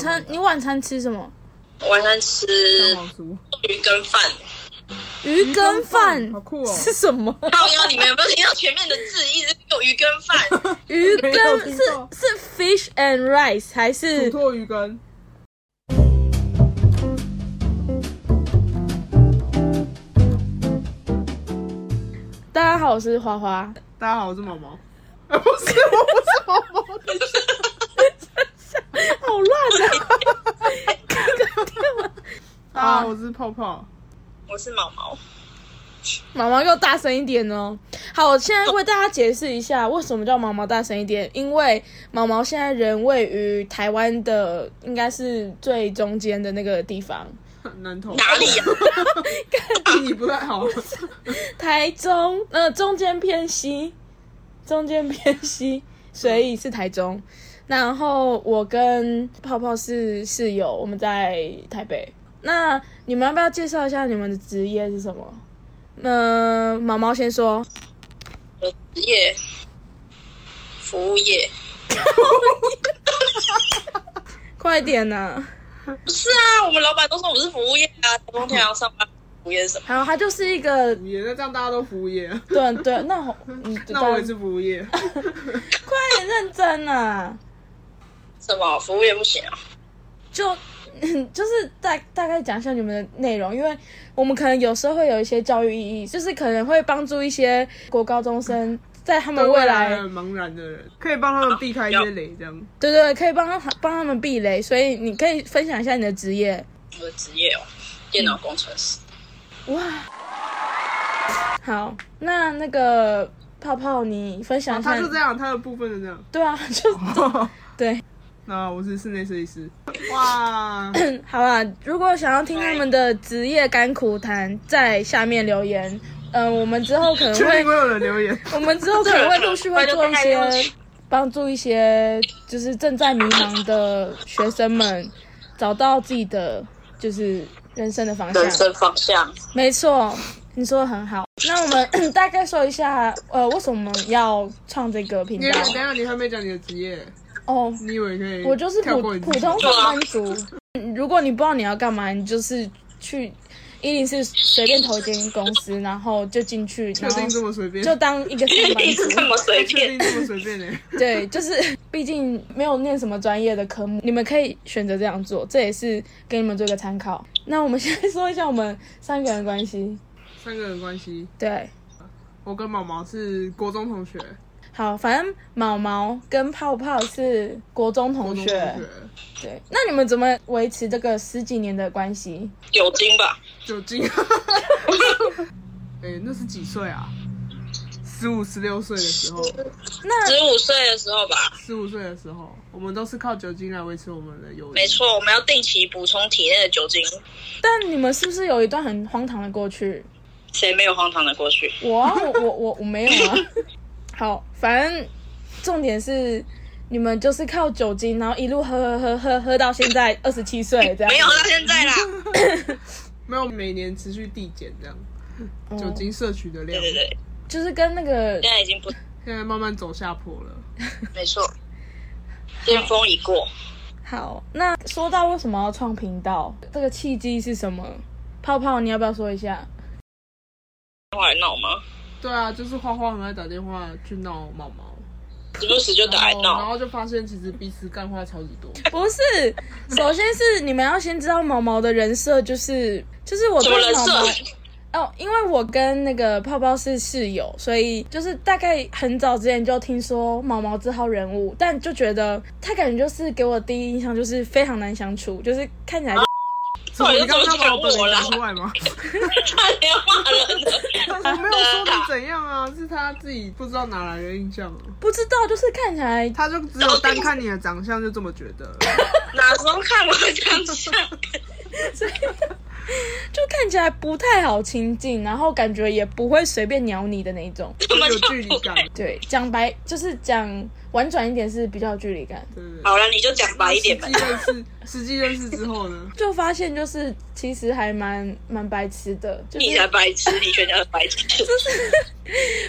餐你晚餐吃什么？晚餐吃生蚝酥、鱼羹饭。鱼羹饭好酷哦是什 么？靠腰，你们有没有听到前面的字一直有鱼羹饭？鱼羹没有是听过是 fish and rice 还土是托鱼羹。大家好，我是花 花。大家好，我是毛 毛。啊不是，我不是毛毛。等一下好 乱啊！啊，我是泡泡。 我是毛毛，毛毛给我大声一点哦！好，我现在为大家解释一下为什么叫毛毛大声一点，因为毛毛现在人位于台湾的应该是最中间的那个地方，南投哪里啊呀、地理不太好，台中呃中间偏西，中间偏西，所以是台中。然后我跟泡泡是室友，我们在台北。那你们要不要介绍一下你们的职业是什么？嗯、毛毛先 说，我职业服务业，快点呐、不是啊，我们老板都说我是服务业啊，台中天堂上班服务业是什么？还有，他就是一个也在这样，大家都服务业。对对，那好，嗯， 那我也是服务 业。快点认真啊！什么服务业不行啊？就 就是大大概讲一下你们的内容，因为我们可能有时候会有一些教育意义，就是可能会帮助一些国高中生在他们未来，很茫然的人，可以帮他们避开一些雷，这样。对对，可以帮他帮他们避雷，所以你可以分享一下你的职业。我的职业哦，电脑工程师。哇，好，那那个泡泡，你分享一下，哦他就这样，他的部分就这样。对啊， 就 对。那我是室内设计师。哇，好啦，如果想要听他们的职业甘苦谈，在下面留言。嗯、我们之后可能确定会，会有人留 言。 我们之后可能会陆续会做一快点些帮助一些就是正在迷茫的学生们找到自己的嗯就是啊人生的方向。方向，没错，你说的很好。那我们 大概说一下，呃，为什么要创这个频你道等？一下，你还没讲你的职业，哦，你以为可以？我就是跳普过你自普己通上班族。嗯如果你不知道你要干嘛，你就是去一零四随便投一间公司，然后就进去，确然后定这么随便？就当一个上班 一直族。这么随确便定。这么随便呢？ 对，就是毕竟没有念什么专业的科目，你们可以选择这样做，这也是给你们做一个参考。那我们先说一下我们三个人的关系。三个人关系，对，我跟毛毛是国中同学，好，反正毛毛跟泡泡是国中国同中同学学。对，那你们怎么维持这个十几年的关系？酒精吧，酒精。 哎、那是几岁啊？十五、十六岁的时候，那十五岁的时候吧，十五岁的时候，我们都是靠酒精来维持我们的友谊。没，错，我们要定期补充体内的酒精。但你们是不是有一段很荒唐的过去？谁没有荒唐的过去？我啊，我我我我没 有啊。好，反正重点是你们就是靠酒精，然后一路喝喝喝喝喝到现在二十七岁这样。没有到现在啦。没有每年持续递减这样，哦酒精摄取的对量对对，嗯就是跟那个现在已经不，现在慢慢走下坡了。没错，巅峰已过。好。那说到为什么要创频道，这个契机是什么？泡泡，你要不要说一 下？电话来闹吗？对啊，就是花花很爱打电话去闹毛毛，时不时就打来然后然闹。后就发现其实彼此干话超级多。 不是，首先是你们要先知道毛毛的人设，就是就是我什么对人毛毛设？哦，因为我跟那个泡泡是室友，所以就是大概很早之前就听说毛毛这号人物，但就觉得他感觉就是给我第一印象就是非常难相处，就是看起来就、到底你是怎刚么刚把讲我本我人啦讲？出来吗？ 差点骂人了。我没有说你怎样啊，是他自己不知道哪来的印象啊。不知道，就是看起来他就只有单看你 的长相就这么觉得，哪时候看我长相？就看起来不太好亲近，然后感觉也不会随便鸟你的那一种。怎么有就距离不感会？对，讲白就是讲婉转一点是比较有距离感。对对对。好了，你就讲白一点吧实。际认识，实际认识之后呢？就发现就是其实还蛮蛮白痴的，就你才是白痴，你全家都白痴。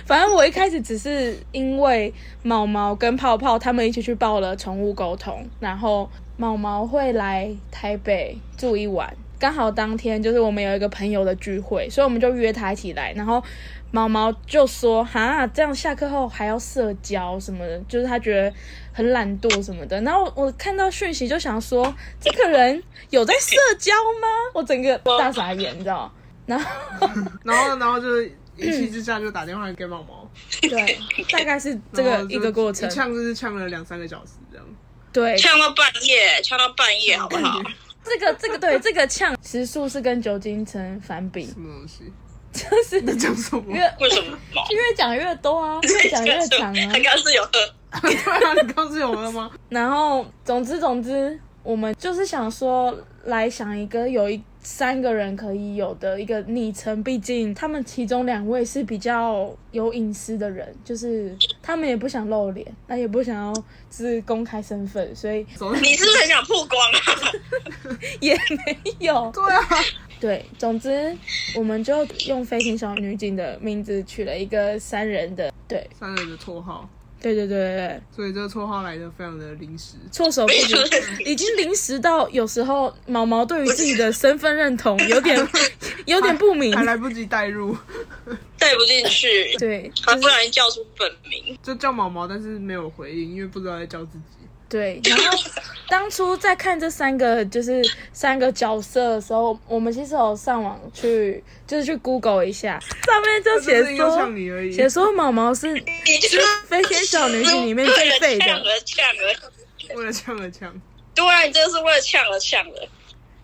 反正我一开始只是因为毛毛跟泡泡他们一起去报了宠物沟通，然后毛毛会来台北住一晚，刚好当天就是我们有一个朋友的聚会，所以我们就约他一起来，然后。毛毛就说：“哈，这样下课后还要社交什么的，就是他觉得很懒惰什么的。”然后我看到讯息就想说，这个人有在社交吗？我整个大傻眼，你知道？然后然后，然后就一气之下就打电话给毛毛，对，大概是这 然个后就一个过程一。呛就是呛了两三个小时这样。对，呛到半夜，呛到半夜，好不好？这个这个对这个呛时速是跟酒精成反 比，什么东西？就是在讲什么？越为什么？越讲越多 啊，越讲越长啊他。刚是有喝， 对啊，你刚是有了吗？然后总之总之，我们就是想说来想一个有一三个人可以有的一个昵称，毕竟他们其中两位是比较有隐私的人， 就是他们也不想露脸，那也不想要是公开身份，所以走了 你是不是很想曝光啊？也 没有对啊，对，总之我们就用飞行小女警的名字取了一个三人的，对三人的绰号，对对对对对，所以这个绰号来的非常的临时。措手不没有及，人已经临时到有时候毛毛对于自己的身份认同有点有点不明还，来不及带入，带不进去，对，他就不是小心叫出本名，就叫毛毛，但是没有回应，因为不知道在叫自己。对。然后当初在看这三个就是三个角色的时候，我们其实有上网去就是去 Google 一下，上面就这只是写又像说你而已。写说毛毛是你就是飞天小女警里面最废为了呛的。而呛而，为了呛而呛，对啊，你真的是为了呛而呛而。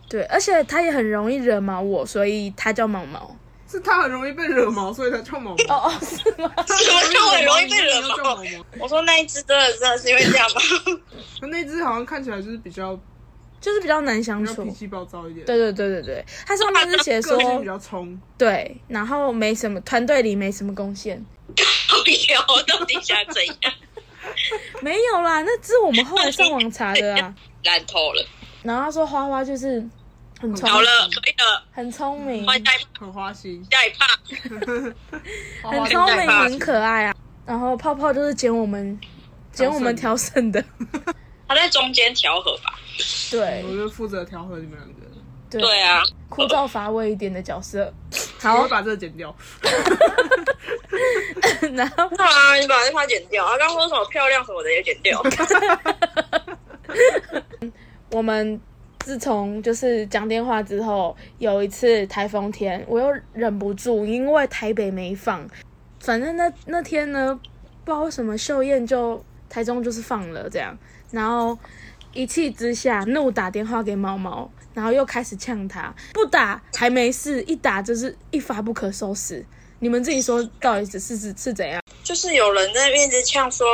对，而且他也很容易惹毛我，所以他叫毛毛。是他很容易被惹毛，所以才叫毛哦毛。哦，是吗？什么叫很容易被惹他很毛容易被？毛？我说那一只真的真的是因为这样 吗？那那只好像看起来就是比较 就是比较难比相较处脾。气暴躁一点，对对对对对，他上 面是写个性说比较冲。对，然后没什么团队里没什么贡献，有，我到底想怎样？没有啦，那是我们后来上网查的 啊。烂透了。然后他说花花就是很聪好明，了，可以了，很聪明，换下一很花心，下一趴。花花很的聪很明，大很可爱啊。然后泡泡就是捡我们捡我们调整的，他在中间调和吧？对我就负责调和你们两个，对，啊，枯燥乏味一点的角色。 我好会，把这个剪掉。然后对啊，你把那趴剪掉。他刚说什么漂亮什么的也剪 掉。 我们自从就是讲电话之后，有一次台风天，我又忍不住，因为台北没放，反正那那天呢，不知道为什么秀燕就台中就是放了这样，然后一气之下怒打电话给毛毛，然后又开始呛他，不打还没事，一打就是一发不可收拾。你们自己说到底是是是是怎样？就是有人在那边一直呛说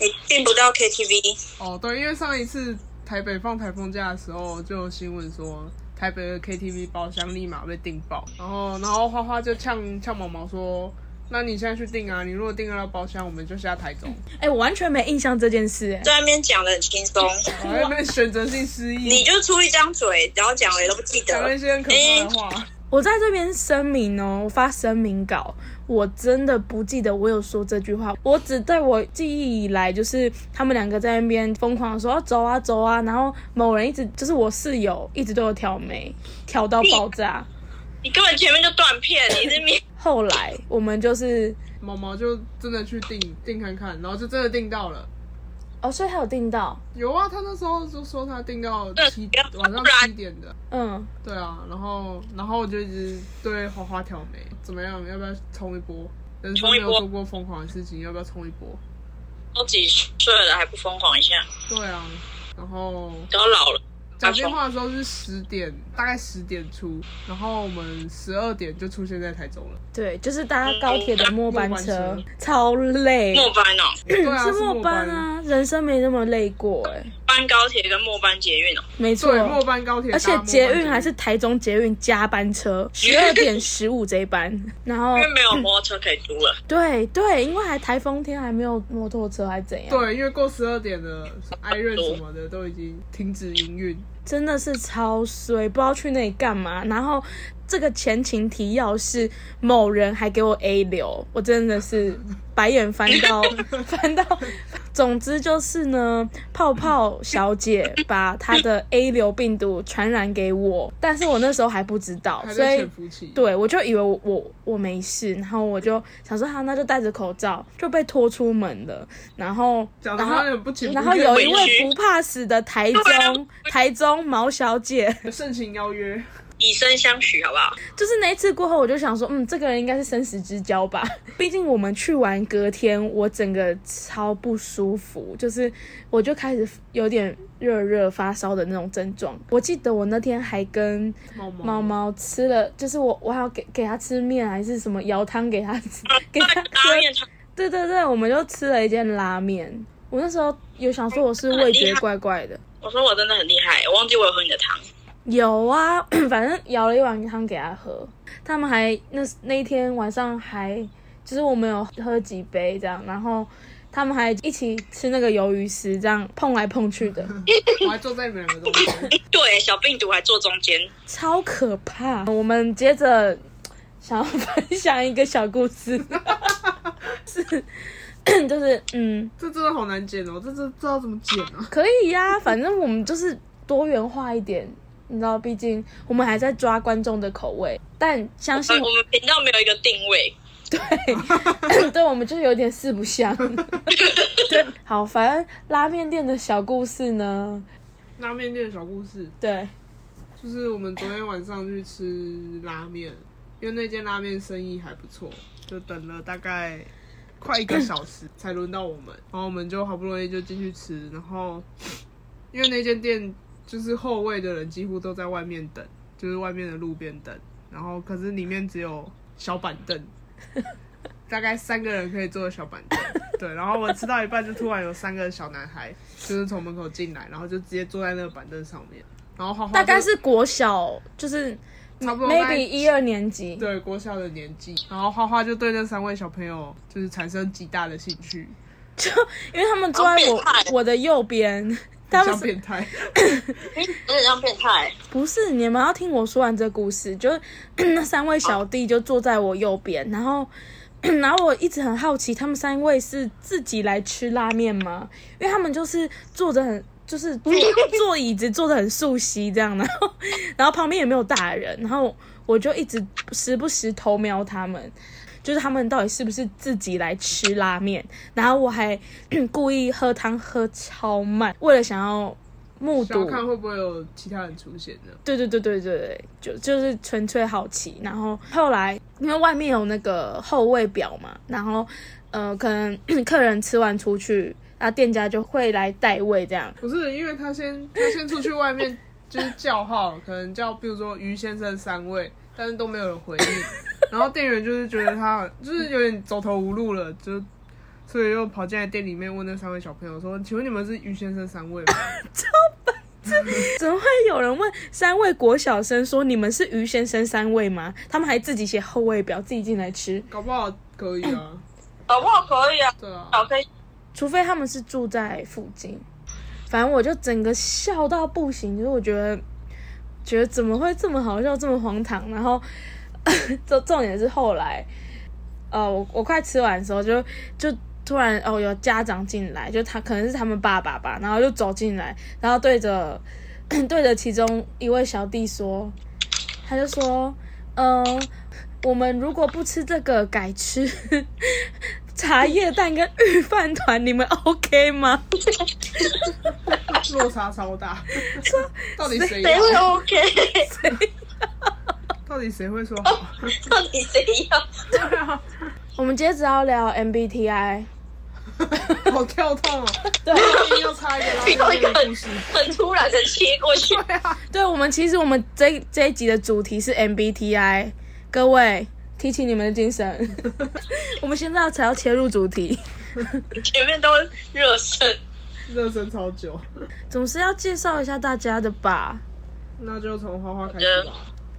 你订不到 KTV，哦，对，因为上一次台北放台风假的时候，就有新闻说台北的 KTV 包厢立马被订爆，然后然后花花就呛呛毛毛说。那你现在去订啊！你如果订得到包厢，我们就下台中。哎、我完全没印象这件事、哎，在那边讲的很轻松，我在那边选择性失忆你，就出一张嘴，然后讲了也都不记讲了一得。些很可怕的话。我在这边声明哦，我发声明稿，我真的不记得我有说这句话，我只对我记忆以来，就是他们两个在那边疯狂地说、啊走啊走啊，然后某人一直就是我室友一直对我挑眉，挑到 爆炸。你根本前面就断片，你这边后来我们就是毛毛就真的去订订看看，然后就真的订到了。哦，所以他有订到，有啊，他那时候就说他订到七对不要晚上七点的。嗯，对啊，然后然后我就一直对花花挑眉，怎么样？要不要冲一波？人生没有冲一波做过疯狂的事情，要不要冲一波？都几岁了还不疯狂一下，对啊，然后都要老了。讲电话的时候是十点，大概十点出，然后我们十二点就出现在台中 了。对，就是搭高铁的末班末车班车，超累，末班哦，对啊，是是末嗯班。啊，人生没那么累过哎、班高铁跟末班捷运哦，没错对，，末班高铁搭而末且班，捷运还是台中捷运加班车，十二点十五这一班，然后 因为没有摩托车可以租了。对对，因为还台风天还没有摩托车还怎样，，对，因为过十二点的 i r o n 什么的都已经停止营运。真的是超衰，不知道去那里干嘛。然后这个前情提要是某人还给我 A 流，我真的 是白眼翻到翻到。总之就是呢，泡泡小姐把她的 A 流病毒传染给我，但是我那时候还不知道， 还所在以潜伏期。，对，我就以为我我我没事，然后我就想说好，那就戴着口罩，就被拖出门了。然后，讲得然好后像，很不情不然后有一委位屈不怕死的台中台中毛小姐，盛情邀约， 以身相许，好不好？就是那一次过后，我就想说，嗯，这个人应该是生死之交吧。 毕竟我们去完隔天，我整个超不舒服，就是我就开始有点热热发烧的那种症状。我记得我那天还跟猫猫猫猫吃了，就是我我还要给给它吃面还是什么舀汤给它 吃，给它拉面吃。超对对对，我们就吃了一件拉面。我那时候有想说我是味觉怪怪的，我说我真的很厉害，我忘记我有喝你的汤。有啊， 反正舀了一碗汤给它喝。他们还那那一天晚上还就是我们有喝几杯这样，然后他们还一起吃那个鱿鱼丝，这样碰来碰去的。我还坐在你们两个中间。对，小病毒还坐中间，超可怕。我们接着想要分享一个小故事，是 就是嗯，这真的好难剪哦，这这这要怎么剪啊？可以呀、反正我们就是多元化一点，你知道，毕竟我们还在抓观众的口味，但相信呃，我们频道没有一个定位， 对，对，我们就有点四不像。对，好，反正拉面店的小故事呢，拉面店的小故事，对，就是我们昨天晚上去吃拉面，因为那间拉面生意还不错，就等了大概快一个小时才轮到我们，然后我们就好不容易就进去吃，然后因为那间店就是后位的人几乎都在外面等，就是外面的路边等，然后可是里面只有小板凳。大概三个人可以坐的小板凳，对。然后我吃到一半，就突然有三个小男孩，就是从门口进来，然后就直接坐在那个板凳上面。然后花花大概就是国小，就是差不多大 maybe 概一二年级，对国小的年纪，然后花花就对那三位小朋友就是产生极大的兴趣，因为他们坐在我好变态我的右边，他很们像是变态。有点像变态。不是，你们要听我说完这故事，就是 那三位小弟就坐在我右边，然后。 然后我一直很好奇，他们三位是自己来吃拉面吗？因为他们就是坐着很，就是坐坐椅子坐着很竖膝这样，然后然后旁边也没有大人，然后我就一直时不时偷瞄他们，就是他们到底是不是自己来吃拉面？然后我还 故意喝汤喝超慢，为了想要目想睹要看会不会有其他人出现的。对对对对对对，就就是纯粹好奇。然后后来因为外面有那个后位表嘛，然后呃，可能 客人吃完出去，那店家就会来代位这样。 不是，因为他先他先出去外面就是叫号，可能叫比如说于先生三位，但是都没有人 回应。然后店员就是觉得他就是有点走投无路了，就所以又跑进来店里面问那三位小朋友说：“请问你们是于先生三位 吗？”怎么会有人问三位国小生说你们是于先生三位吗？他们还自己写后位表，自己进来吃，搞不好可以啊，搞不好可以啊，对啊。好可以。除非他们是住在附近。反正我就整个笑到不行，就是我觉得觉得怎么会这么好笑，这么荒唐。然后 重重点是后来，呃，我我快吃完的时候就就突然哦有家长进来，就他可能是他们爸爸吧，然后就走进来，然后对着 对着其中一位小弟说，他就说，嗯、我们如果不吃这个，改吃茶叶蛋跟御饭团，你们 OK 吗？落差 超大，到底谁谁会 OK？ 到底谁会说哦好？到底谁要？我们接着要聊 MBTI， 好跳 痛哦！对又插一个拉用一个面的很故事。很突然的切过去，对啊，对，我们其实我们这这一集的主题是 MBTI，各位提起你们的精神， 我们现在才要切入主题，前面都热身。热身超久，总是要介绍一下大家的吧。那就从花花开始吧。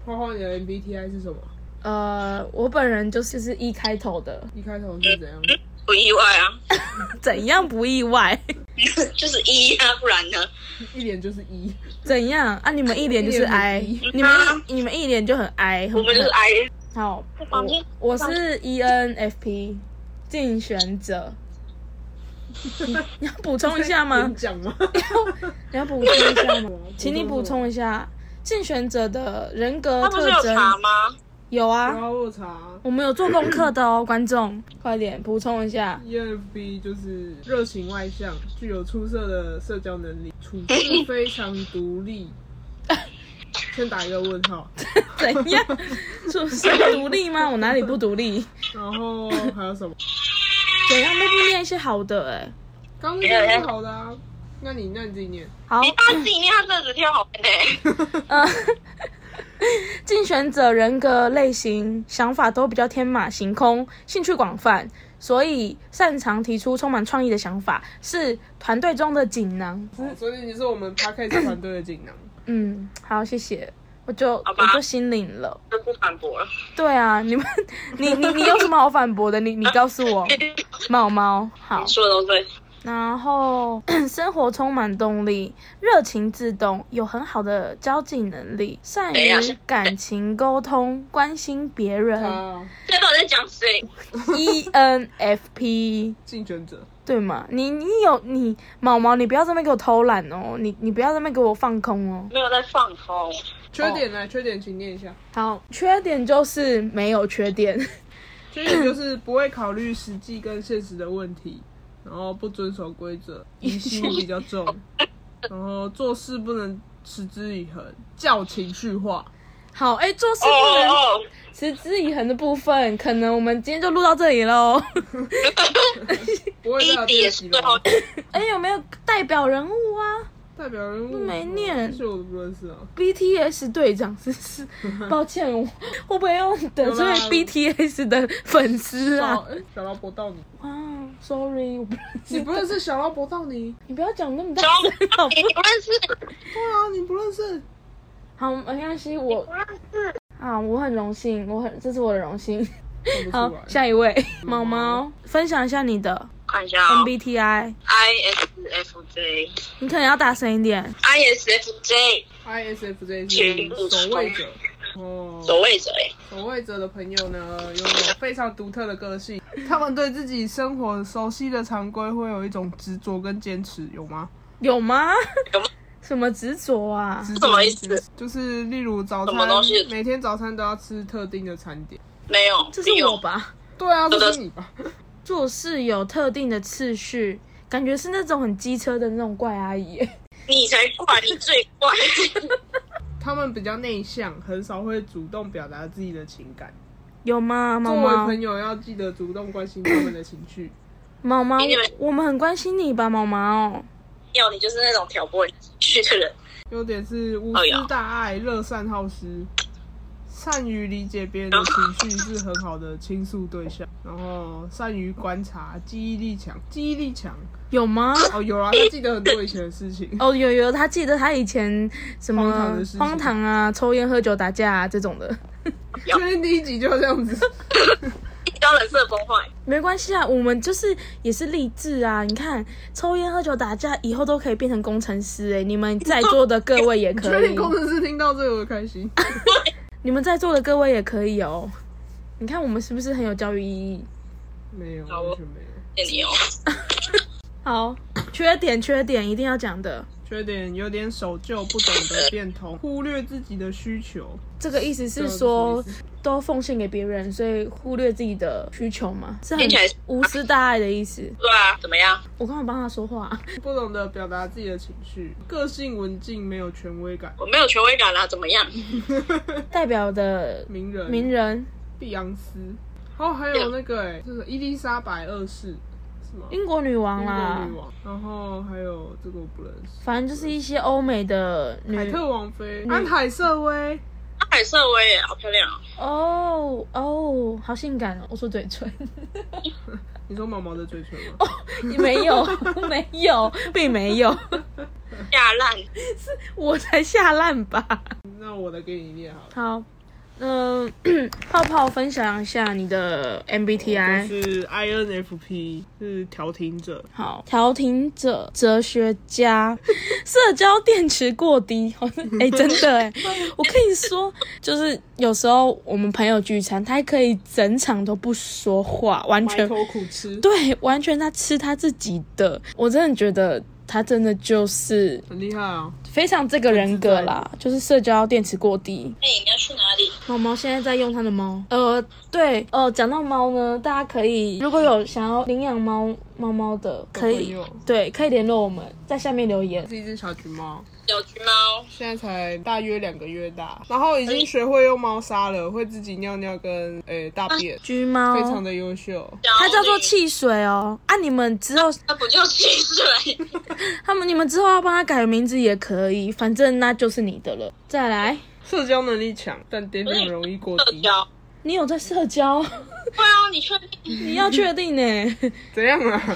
花花，你的 MBTI 是什么？呃，我本人就是是一开头的，一开头是怎样？不意外啊， 怎样不意外？就是一啊，不然呢？一脸就是一，怎样啊？你们一脸就是 I，一脸你们一你们一脸就很 I，我们就是很 I，好。房间我我是 E ENFP 竞选 者，你要补充一下吗能？讲吗？你要补充一下吗？ 请你补补充充一下竞选者的人格他不是有特征。查吗？有然啊，后我查我们有做功课的哦，观众，快点补充一 下。 ENFP E 就是热情外向，具有出色的社交能力， 处事非常独立。先打一个问号，怎样？是是独立吗？我哪里不独立？然后还有什么？怎样？都不念一些好的哎、刚刚那是好的啊，那你那你自己念。好，你他自己念，他真的只挑好看欸的、 呃， 竞选者人格类型、想法都比较天马行空，兴趣广泛，所以擅长提出充满创意的想法，是团队中的锦囊。好哦所以你是我们 p a c k a g e 团队的锦囊。嗯，好，谢谢，我就好吧我就心领了。 就不反驳了。对啊，你们， 你你你有什么好反驳的？你你告诉我，猫猫好你。说的都对，然后 生活充满动力，热情自动，有很好的交际能力，善哎于呀感情沟通，关心别 人。E 啊，这到底在讲谁？ ENFP 竞选者，对吗？你你有你毛毛，你不要这边给我偷懒哦，你你不要这边给我放空哦。没有在放空，缺点来，缺点请念一下。好，缺点就是没有缺点， 缺点就是不会考虑实际跟现实的问题，然后不遵守规 则，疑心比较重，然后做事不能持之以恒，较情绪化。好哎，做事哦不能哦哦，持之以恒的部分，可能我们今天就录到这里喽。不会第一到题也第是几最后了。 哎，有没有代表人物啊？代表人物没念这些我都不认识啊。 BTS 队长是是， 抱歉，我会不会又得罪有啦 BTS 的粉丝小啊？哎，小劳勃道尼，哇 s o r r y 我不认识你不认识小劳勃道尼？你不要讲那么大中声好不你不认识，对啊，你不认识。好？没关系，我不认识，啊，我很荣幸，我很这是我的荣幸。看不好出，来。下一位，毛毛，分享一下你的看一下、哦、 MBTI， ，ISFJ，ISFJ 你可能要大声一点。 ISFJ 是守卫者。哦，守卫者哎，守卫者的朋友呢，拥有非常独特的个性，他们对自己生活熟悉的常规会有一种执着跟坚持，有吗？有吗？有吗什么执着啊？执什着么跟意坚持思？就是例如早餐什么东西，每天早餐都要吃特定的餐点。没有，这是没有我吧？对啊，有的这是你吧？做事有特定的次序，感觉是那种很机车的那种怪阿姨耶。你才怪，你最怪。他们比较内向，很少会主动表达自己的情感。有吗？毛作为毛朋友要记得主动关心他们的情绪。毛毛你们，我们很关心你吧，毛毛。 要你就是那种挑拨你情绪的人，优点是无私大爱、乐善好施，善于理解别人的情绪是很好的倾诉对象，然后善于观察，记忆力强，记忆力强。有 吗？哦，有啊，他记得很多以前的事 情。哦，有有，他记得他以前什么荒唐的事情荒唐啊，抽烟、喝酒、打架、啊、这种的。 确定第一集就这样 子，当人设崩坏。没关系啊，我们就是也是励志啊。你看，抽烟、喝酒、打架，以后都可以变成工程师哎、你们在座的各位也可确定以，工程师听到这个会开心。你们在座的各位也可以哦。你看我们是不是很有教育意义？ 没有，好哦完全没有。谢谢你哦，好，缺点缺点一定要讲的。缺点有点守旧，不懂得变通，忽略自己的需求。这个意思是这个说是什么意思都奉献给别人，所以忽略自己的需求嘛，是很听起来无私大爱的意思。对啊，怎么样？我刚好帮他说话， 不懂得表达自己的情绪，个性文静，没有权威感。我没有权威感啦、怎么样？ 代表的名人，名人欸碧昂斯，哦，还有那个哎、这个伊丽莎白二世，什什么？英国女王英啦国女，王，然后还有这个我不认识，反正就是一些欧美的女凯特王妃、安海瑟薇，那海瑟薇耶，好漂亮哦！哦哦，好性感哦！我说嘴唇， 你说毛毛的嘴唇哦吗？没有 没有，并没有， 下烂，我才下烂吧。那我来给你念好了。好，嗯、 泡泡分享一下你的 MBTI。就是 INFP 是调停者，好，调停者、哲学家、 社交电池过低， 好像哎、真的哎、我跟你说，就是有时候我们朋友聚餐，他还可以整场都不说话，完埋全头苦吃，对，完全他吃他自己的。我真的觉得他真的就是很厉害啊！非常这个人格啦，就是社交电池过低。那你应该去哪里？毛毛现在在用它的猫。呃，对，呃，讲到猫呢，大家可以如果有想要领养猫猫猫的，可以有，对，可以联络我们，在下面留言。是一只小橘猫，小橘猫，现在才大约两个月大，然后已经学会用猫砂了，会自己尿尿跟诶、大便，橘猫非，常的优秀。它叫做小绿，汽水哦。啊，你们之后，那不叫汽 水。他们你们之后要帮它改名字也可以，反正那就是你的了。再来，社交能力强，但点很容易过社低。交，你有在社 交，对啊，你确定你要确定呢？怎样啊？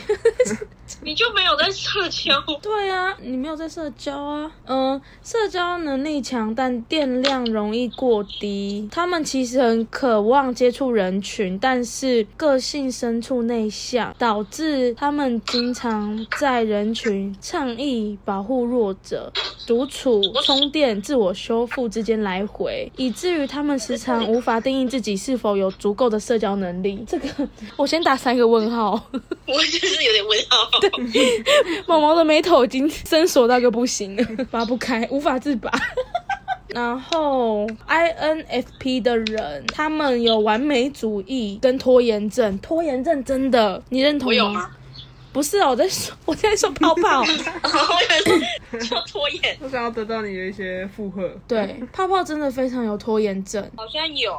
你就没有在社交？对啊，你没有在社交啊。嗯、社交能力强，但电量容易过低。他们其实很渴望接触人群，但是个性深处内向，导致他们经常在人群倡议保护弱者、独处、充电、自我修复之间来回，以至于他们时常无法定义自己是否有足够的社交能力。这个我先打三个问号。我就是有点问号。 毛毛的眉头已经伸缩到一个不行了， 拔不开，无法自拔。 然后 INFP 的人，他们有完美主义跟拖延症，拖延症真的，你认同我有啊吗 吗？不是哦，我在说， 我在说泡 泡。我以为是叫拖延，我想要得到你的一些附和。对，泡泡真的非常有拖延症，好像有。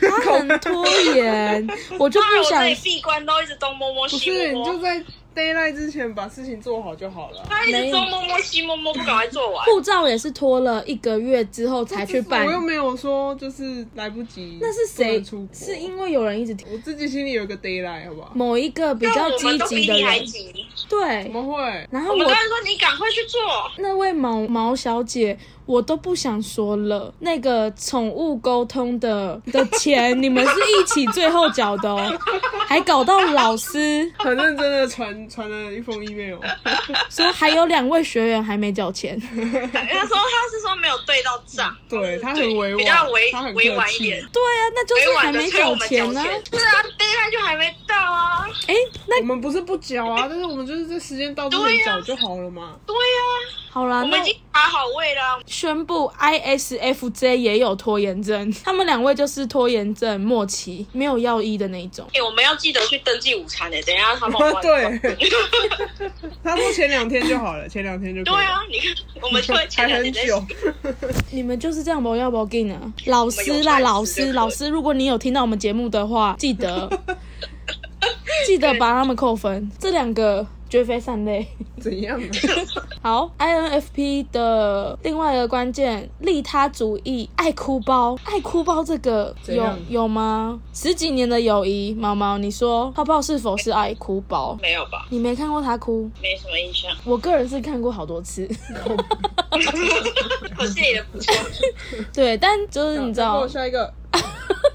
他很拖 延，我就那不我想在闭关都一直东摸摸不西是，你摸就摸，在 d a y l i g h t 之前把事情做好就好了啊。他一直东摸摸西摸摸，不赶快做完。护照也是拖了一个月之后才去办我。又没有说就是来不及。那是不谁能出？国是因为有人一直提我自己心里有一个 d a y l i g h t 好不好？某一个比那较我积们都极比的你还人，急。对怎，么会？然后我们我刚才说你赶快去做，那位毛毛小姐，我都不想说了。那个宠物沟通的的钱，你们是一起最后缴的哦，还搞到老师很认真的传传了一封 email，说还有两位学员还没缴钱。他说他是说没有对到账，对嗯他很委婉，比较委他很客气委婉一点。对啊，那就委是婉还的没催我缴们钱缴呢、啊。钱，是啊，deadline 就还没到啊，哎，那我们不是不缴啊，但是我们就是在时间到之前缴就好了嘛。对啊呀、好啊，啦，我那们已经排好位了，啊宣布 ISFJ 也有拖延症，他们两位就是拖延症末期，没有药医的那一种。哎、我们要记得去登记午餐的、等一下他们忘了对，他说前两天就好了，前两天就可以对了啊，你看我们就会前还两很天在久，你们就是这样不要不要紧啊！老师啦，我们有老钻石师，的老师，如果你有听到我们节目的话，记 得记得把他们扣分，这两个绝非善类。 怎样 啊呢？好，INFP 的另外一个关键，利他主义，爱哭包，爱哭包这个怎有样有吗？十几年的友谊，毛毛，你说泡泡是否是爱哭包？没有吧，你没看过他哭，没什么印象， 我个人是看过好多 次，我谢你的补充，对，但就是你知然道后，下一个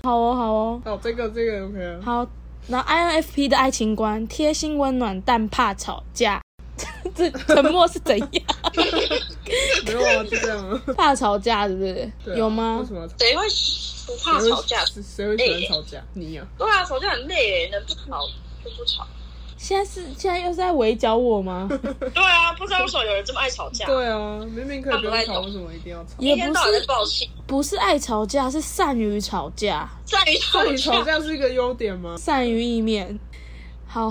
好哦，好哦，哦，这个这个 OK 了。好，然后 INFP 的爱情观：贴心温暖，但怕吵架。 这沉默是怎样？没有啊，就这 样啊。怕吵架是不是？对啊有吗为什？么要吵谁会不怕谁会吵架？谁会喜欢吵架？你呀，对啊，吵架很累耶，能不吵就不吵。现在是现在又是在围剿我吗？对啊，不知道为什么有人这么爱吵架，对啊，明明可他以不用不太吵，懂为什么一定要吵？也一不天到晚在是爆气，不是爱吵架，是善于吵架，善于吵到底吵架。架是一个优点吗？善于意面。好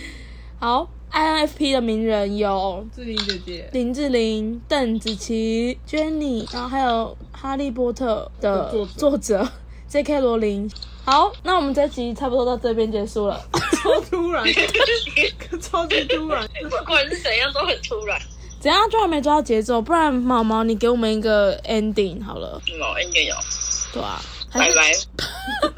好，INFP 的名人有志玲姐 姐林志玲、邓紫棋、Jenny，然后还有《哈利波特》的作者作者 J.K. 罗琳。好，那我们这集差不多到这边结束了。超突然， 超级突然。 不管是怎样都很突然。怎样就还没抓到节奏？不然毛毛，你给我们一个 ending 好了，嗯哦，应该有，对啊，还拜是拜。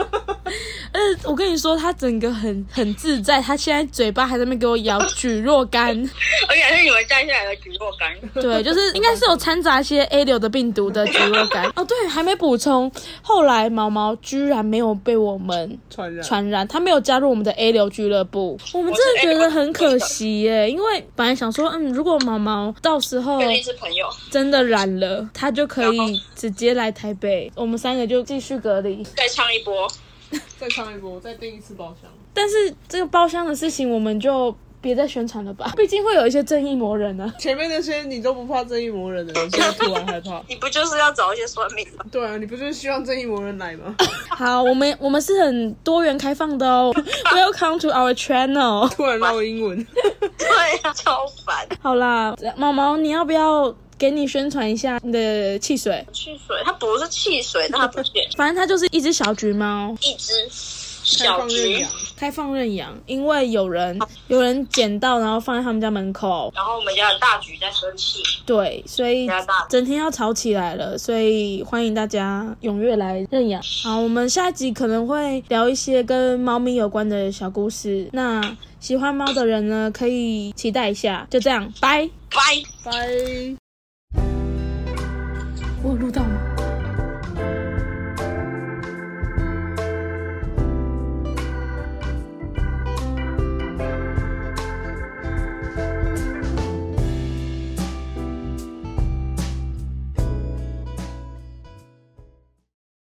而且我跟你说，他整个很很自在，他现在嘴巴还在那边给我咬举若干，而且是你们摘下来的橘若干，哦对，就是应该是有掺杂一些 A 流的病毒的举若干。哦，对，还没补充，后来毛毛居然没有被我们传染，传染，他没有加入我们的 A 流俱乐部，我们真的觉得很可惜耶，因为本来想说，嗯，如果毛毛到时候确定是朋友。真的染了，他就可以直接来台北，我们三个就继续隔离。再唱一波，。再唱一波，再订一次包厢。但是这个包厢的事情，我们就别再宣传了吧，毕竟会有一些正义魔人啊。前面那些你都不怕正义魔人的，你现在突然害怕你不就是要找一些酸民吗？ 对啊，你不就是希望正义魔人来吗？好，我们我们是很多元开放的哦。Welcome to our channel。突然绕英文，对啊，超烦。好啦，毛毛，你要不要给你宣传一下你的汽水？汽水，它不是汽水，但它不是反正它就是一只小橘猫，一只开小放啊认橘养。，开放认养，因为有人有人捡到，然后放在他们家门口，然后我们家的大橘在生气，对，所以整天要吵起来了，所以欢迎大家踊跃来认养。好，我们下一集可能会聊一些跟猫咪有关的小故事，那喜欢猫的人呢，可以期待一下。就这样，拜。拜。拜。我有录到吗？